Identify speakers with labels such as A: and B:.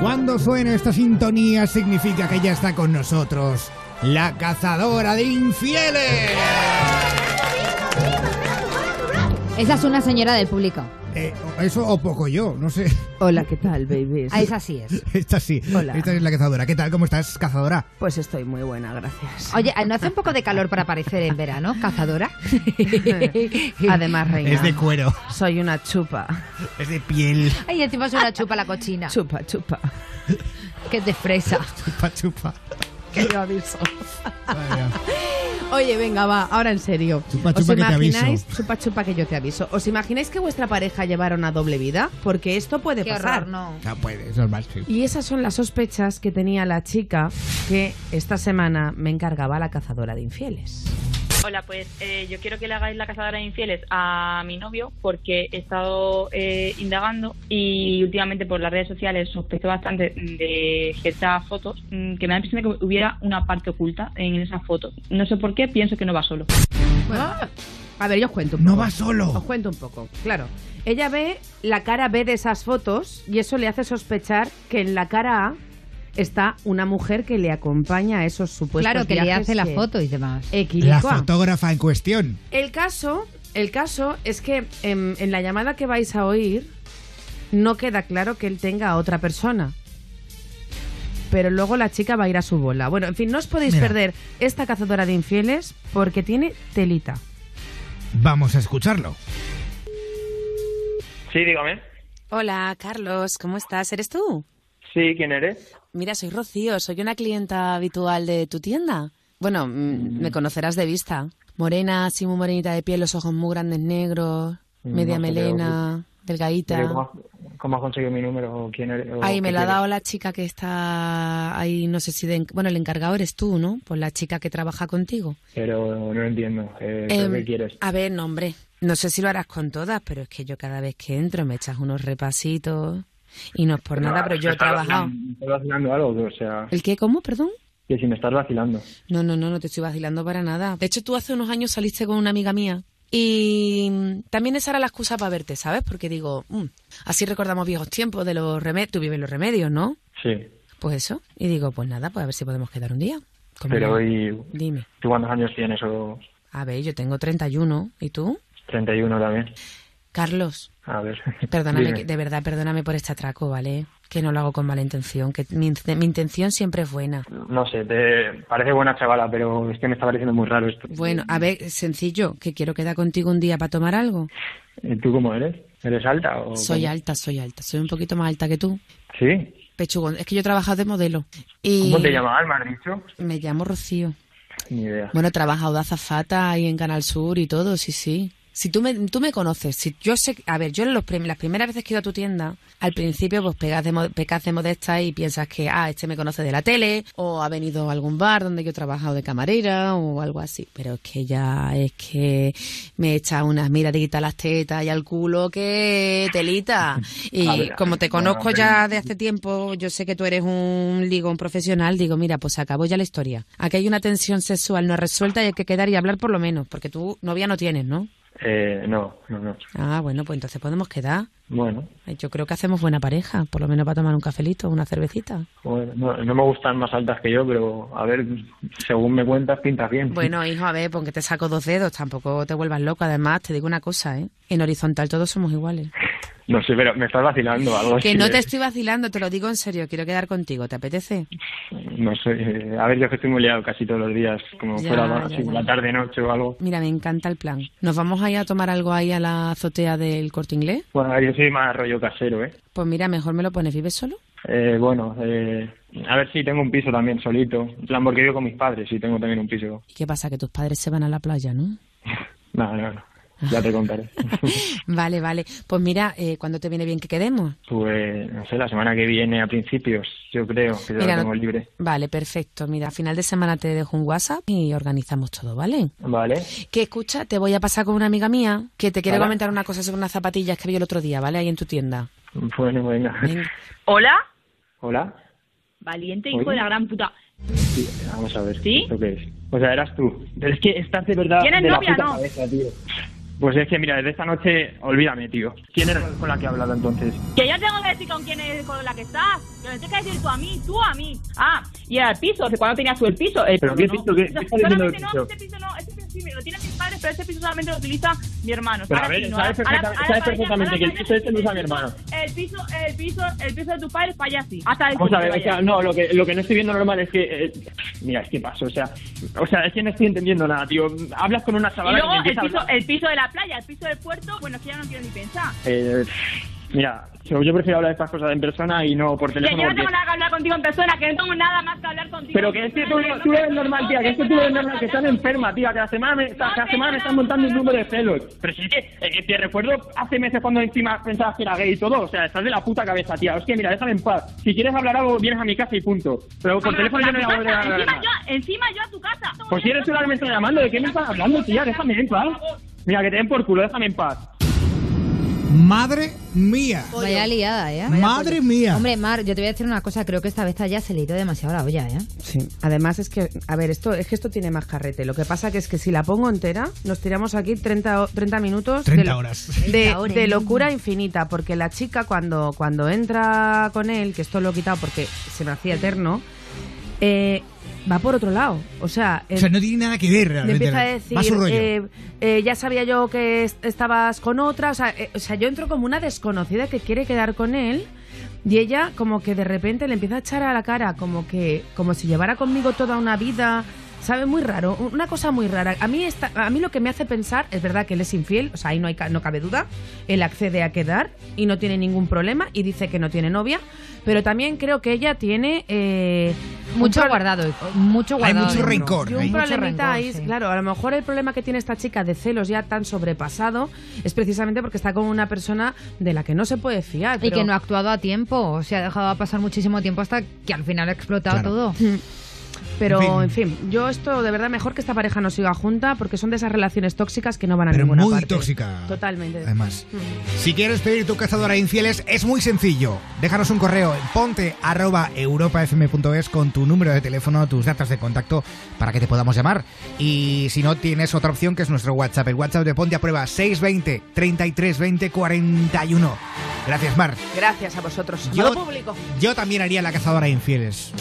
A: Cuando suena esta sintonía significa que ya está con nosotros la cazadora de infieles.
B: Esa es una señora del público.
A: Eh, eso o poco yo, no sé.
C: Hola, ¿qué tal, babies?
B: A esa sí es.
A: Esta sí.
C: Hola.
A: Esta es la cazadora. ¿Qué tal? ¿Cómo estás, cazadora?
C: Pues estoy muy buena, gracias.
B: Oye, ¿no hace un poco de calor para aparecer en verano, cazadora?
C: Además, reina,
A: Es de cuero,
C: soy una chupa.
A: es de piel.
B: Ay, encima es una chupa la cochina.
C: Chupa, chupa.
B: Que es de fresa.
A: Chupa, chupa.
C: Que yo aviso.
A: Vaya.
C: Oye, venga, va, ahora en serio.
A: Chupa, chupa,
C: ¿Os
A: que te
C: imagináis?
A: aviso.
C: chupa, chupa, que yo te aviso. ¿Os imagináis que vuestra pareja llevara una doble vida? Porque esto puede
B: Qué
C: pasar.
B: horror, no.
A: No puede, es normal, sí.
C: Y esas son las sospechas que tenía la chica que esta semana me encargaba la cazadora de infieles.
D: Hola, pues eh, yo quiero que le hagáis la cazadora de infieles a mi novio porque he estado eh, indagando y últimamente por las redes sociales sospecho bastante de ciertas fotos mm, que me da la impresión de que hubiera una parte oculta en esas fotos. No sé por qué, pienso que no va solo.
C: Ah. A ver, yo os cuento un
A: No
C: poco.
A: va solo.
C: Os cuento un poco, claro. Ella ve la cara B de esas fotos y eso le hace sospechar que en la cara A está una mujer que le acompaña a esos supuestos
B: claro, Pues que Eh, le
C: viajes
B: hace la
C: que-
B: foto y demás.
A: La
C: Equilibra.
A: fotógrafa en cuestión.
C: El caso, el caso es que em, en la llamada que vais a oír no queda claro que él tenga a otra persona. Pero luego la chica va a ir a su bola. Bueno, en fin, no os podéis
A: Mira.
C: perder esta cazadora de infieles porque tiene telita.
A: Vamos a escucharlo.
E: Sí, dígame.
F: Hola, Carlos, ¿cómo estás? ¿Eres tú?
E: Sí, ¿quién eres?
F: Mira, soy Rocío, soy una clienta habitual de tu tienda. Bueno, mm, me conocerás de vista. Morena, así muy morenita de piel, los ojos muy grandes negros,
E: Mm,
F: media
E: no te veo,
F: melena, delgadita.
E: Pero ¿Cómo has, cómo has conseguido mi número? ¿O ¿Quién eres? ¿O
F: Ahí me
E: qué
F: lo ha
E: quieres?
F: dado la chica que está ahí, no sé si de... Bueno, el encargado eres tú, ¿no? Pues la chica que trabaja contigo.
E: Pero no lo entiendo. Eh, ¿pero
F: Em,
E: ¿Qué quieres?
F: A ver, no, hombre. No sé si lo harás con todas, pero es que yo cada vez que entro me echas unos repasitos. Y no es por pues nada, pero yo he
E: Estás
F: trabajado.
E: vacilando- estás vacilando algo? O sea,
F: ¿El qué? ¿Cómo? Perdón.
E: que si me estás vacilando.
F: No, no, no, no te estoy vacilando para nada. De hecho, tú hace unos años saliste con una amiga mía y mm, también esa era la excusa para verte, ¿sabes? Porque digo, mm, así recordamos viejos tiempos de los remedios. Tú vives los remedios, ¿no?
E: Sí.
F: Pues eso. Y digo, pues nada, pues a ver si podemos quedar un día. Como
E: Pero
F: no.
E: ¿y
F: Dime.
E: tú cuántos años tienes? ¿O
F: A ver, yo tengo 31. ¿Y tú?
E: 31 también?
F: Carlos,
E: A ver.
F: perdóname,
E: dime.
F: que- de verdad, perdóname por este atraco, ¿vale? Que no lo hago con mala intención, que mi, in- mi intención siempre es buena.
E: No sé, te parece buena chavala, pero es que me está pareciendo muy raro esto.
F: Bueno, a ver, sencillo, que quiero quedar contigo un día para tomar algo.
E: ¿Y ¿Tú cómo eres? ¿Eres alta o...?
F: Soy
E: cómo?
F: alta, soy alta, soy un poquito más alta que tú.
E: ¿Sí?
F: Pechugón, es que yo he trabajado de modelo. Y
E: ¿Cómo te llamas, me has dicho?
F: Me llamo Rocío.
E: Ni idea.
F: Bueno, he trabajado de azafata y en Canal Sur y todo, sí, sí. Si tú me, tú me conoces, si yo sé, a ver, yo en los prim- las primeras veces que he ido a tu tienda, al principio pues pegas de, mo- pecas de modesta y piensas que, ah, este me conoce de la tele, o ha venido a algún bar donde yo he trabajado de camarera, o algo así. Pero es que ya, es que me echa unas miraditas a las tetas y al culo que telita. Y
E: A ver,
F: como te
E: bueno,
F: conozco
E: pero-
F: ya de hace tiempo, yo sé que tú eres un ligón profesional, digo, mira, pues se acabó ya la historia. Aquí hay una tensión sexual no resuelta y hay que quedar y hablar por lo menos, porque tú novia no tienes, ¿no?
E: Eh, no, no, no.
F: Ah, bueno, pues entonces podemos quedar.
E: Bueno,
F: Ay, Yo creo que hacemos buena pareja, por lo menos para tomar un cafelito, una cervecita.
E: Bueno, no, no me gustan más altas que yo, pero a ver, según me cuentas, pintas bien.
F: Bueno, hijo, a ver, pon que te saco dos dedos, tampoco te vuelvas loco. Además, te digo una cosa, ¿eh? En horizontal todos somos iguales.
E: No sé, pero me estás vacilando algo
F: Que
E: así,
F: no te
E: eh.
F: estoy vacilando, te lo digo en serio, quiero quedar contigo, ¿te apetece?
E: No sé, eh, a ver, yo que estoy muy liado casi todos los días, como
F: Ya,
E: fuera
F: ya,
E: así,
F: ya.
E: por la tarde, noche o algo.
F: Mira, me encanta el plan. ¿Nos vamos a ir a tomar algo ahí a la azotea del corte inglés?
E: Bueno, yo soy más rollo casero, ¿eh?
F: Pues mira, mejor me lo pones, ¿vives solo?
E: Eh, bueno, eh, a ver si tengo un piso también solito. En plan, porque vivo con mis padres y tengo también un piso.
F: ¿Y qué pasa? Que tus padres se van a la playa, ¿no?
E: No, no, no. Ya te contaré.
F: vale, vale. Pues mira, eh, ¿cuándo te viene bien que quedemos?
E: pues, no sé, la semana que viene a principios, yo creo, que yo
F: Mira,
E: lo
F: no-
E: tengo libre.
F: Vale, perfecto. Mira, a final de semana te dejo un WhatsApp y organizamos todo, ¿vale?
E: Vale,
F: Que escucha, te voy a pasar con una amiga mía que te quiere
E: Hola.
F: comentar una cosa sobre unas zapatillas que vi el otro día, ¿vale? Ahí en tu tienda.
E: bueno, venga.
F: Venga.
D: Hola,
E: Hola.
D: valiente hijo
E: Oye.
D: de la gran puta.
E: Sí, Vamos a ver.
D: ¿Sí?
E: ¿Esto qué es? O sea, eras tú. Pero es que estás de verdad
D: ¿Tienes
E: de la
D: novia,
E: puta
D: no?
E: cabeza, tío. Pues es que, mira, desde esta noche, olvídame, tío. ¿Quién era con la que he hablado entonces?
D: Que yo tengo que decir con quién es con la que estás. Que me tienes que decir tú a mí, tú a mí. Ah, y al piso. que ¿Cuándo tenías tú el piso? El
E: ¿Pero qué
D: no.
E: piso? ¿Qué- qué
D: No,
E: estás diciendo del
D: solamente no,
E: piso?
D: este piso no. Este piso sí me lo tienen mis padres, pero este piso solamente lo utiliza mi hermano.
E: Pero a
D: Ahora
E: ver,
D: sí, no, ahora-
E: sabes
D: ahora-
E: perfectamente-
D: ahora
E: sabes
D: para allá,
E: perfectamente
D: ahora
E: que el
D: para
E: piso
D: allá,
E: este lo usa mi
D: el
E: hermano.
D: piso- El piso, el piso, el piso de tus padres para allá sí. Hasta el
E: Vamos
D: piso
E: a ver,
D: para
E: o sea,
D: allá.
E: no, lo que, lo que no estoy viendo normal es que... eh, mira, es que paso, o sea... O sea, es que no estoy entendiendo nada, tío. Hablas con una
D: Y
E: chavala
D: luego
E: que me
D: el
E: empieza a
D: piso,
E: hablar-
D: el piso de la playa, el piso del puerto, bueno, es que ya no quiero ni pensar.
E: Eh, mira, yo yo prefiero hablar de estas cosas en persona y no por
D: Que yo
E: teléfono.
D: no
E: porque-
D: tengo nada que hablar contigo en persona, que no tengo nada más que hablar contigo.
E: Pero que es que tú, tú lo ves normal, tía, que es que tú lo ves normal, que estás enferma, tía, que la semana me, estás- cada semana me estás montando un número de celos. Pero sí que eh, te recuerdo hace meses cuando encima pensabas que era gay y todo, o sea, estás de la puta cabeza, tía. Es que mira, déjame en paz. Si quieres hablar algo, vienes a mi casa y punto. Pero
D: Ah,
E: por teléfono yo no voy a volver a hablar
D: Encima
E: más.
D: yo, encima yo a tu casa.
E: Pues si eres tú la que me estás llamando, ¿de qué me estás hablando, tía? Déjame en paz. Mira, que te den por culo, déjame en paz.
A: Madre mía.
B: Vaya liada, ¿eh?
A: Madre mía.
B: Hombre, Mar, yo te voy a decir una cosa. Creo que esta vez ya se le ha ido demasiado la olla, ¿eh?
F: Sí. Además es que, a ver, esto es que esto tiene más carrete. Lo que pasa que es que si la pongo entera, nos tiramos aquí 30, o- 30 minutos
A: 30
F: de, lo-
A: horas.
F: De,
B: 30 horas.
F: de locura infinita, porque la chica cuando, cuando entra con él, que esto lo he quitado porque se me hacía eterno, eh, va por otro lado. O sea,
A: O
F: el-
A: sea, no tiene nada que ver
F: me
A: realmente.
F: empieza a
A: nada. Va
F: decir,
A: su rollo.
F: eh, eh, ya sabía yo que est- estabas con otra, o sea, eh, o sea, yo entro como una desconocida que quiere quedar con él y ella como que de repente le empieza a echar a la cara, como que como si llevara conmigo toda una vida, sabe muy raro, una cosa muy rara. A mí esta- a mí lo que me hace pensar es verdad que él es infiel, o sea, ahí no hay ca- no cabe duda, él accede a quedar y no tiene ningún problema y dice que no tiene novia, pero también creo que ella tiene eh, un
B: Mucho
F: prole-
B: guardado. Mucho
A: Hay
B: guardado.
A: mucho
B: dentro.
A: rencor.
F: y un
A: ahí.
B: pro-
F: problemita
B: rencor,
F: ahí,
B: sí.
F: claro, a lo mejor el problema que tiene esta chica de celos ya tan sobrepasado es precisamente porque está con una persona de la que no se puede fiar.
B: Y
F: pero-
B: que no ha actuado a tiempo. O sea, ha dejado pasar muchísimo tiempo hasta que al final ha explotado
A: Claro.
B: todo.
F: Pero,
A: en
F: en fin, yo esto de verdad mejor que esta pareja no siga junta porque son de esas relaciones tóxicas que no van a
A: Pero
F: ninguna
A: muy
F: parte.
A: tóxica.
F: Totalmente. Mm.
A: Además, si quieres pedir tu cazadora de infieles, es muy sencillo. Déjanos un correo en ponte arroba europafm.es con tu número de teléfono, tus datos de contacto para que te podamos llamar. Y si no, tienes otra opción que es nuestro WhatsApp. El WhatsApp de Ponte a prueba 620 3320 41. Gracias, Mar.
F: Gracias a vosotros.
A: Yo-
F: Amado público.
A: Yo también haría la cazadora de infieles.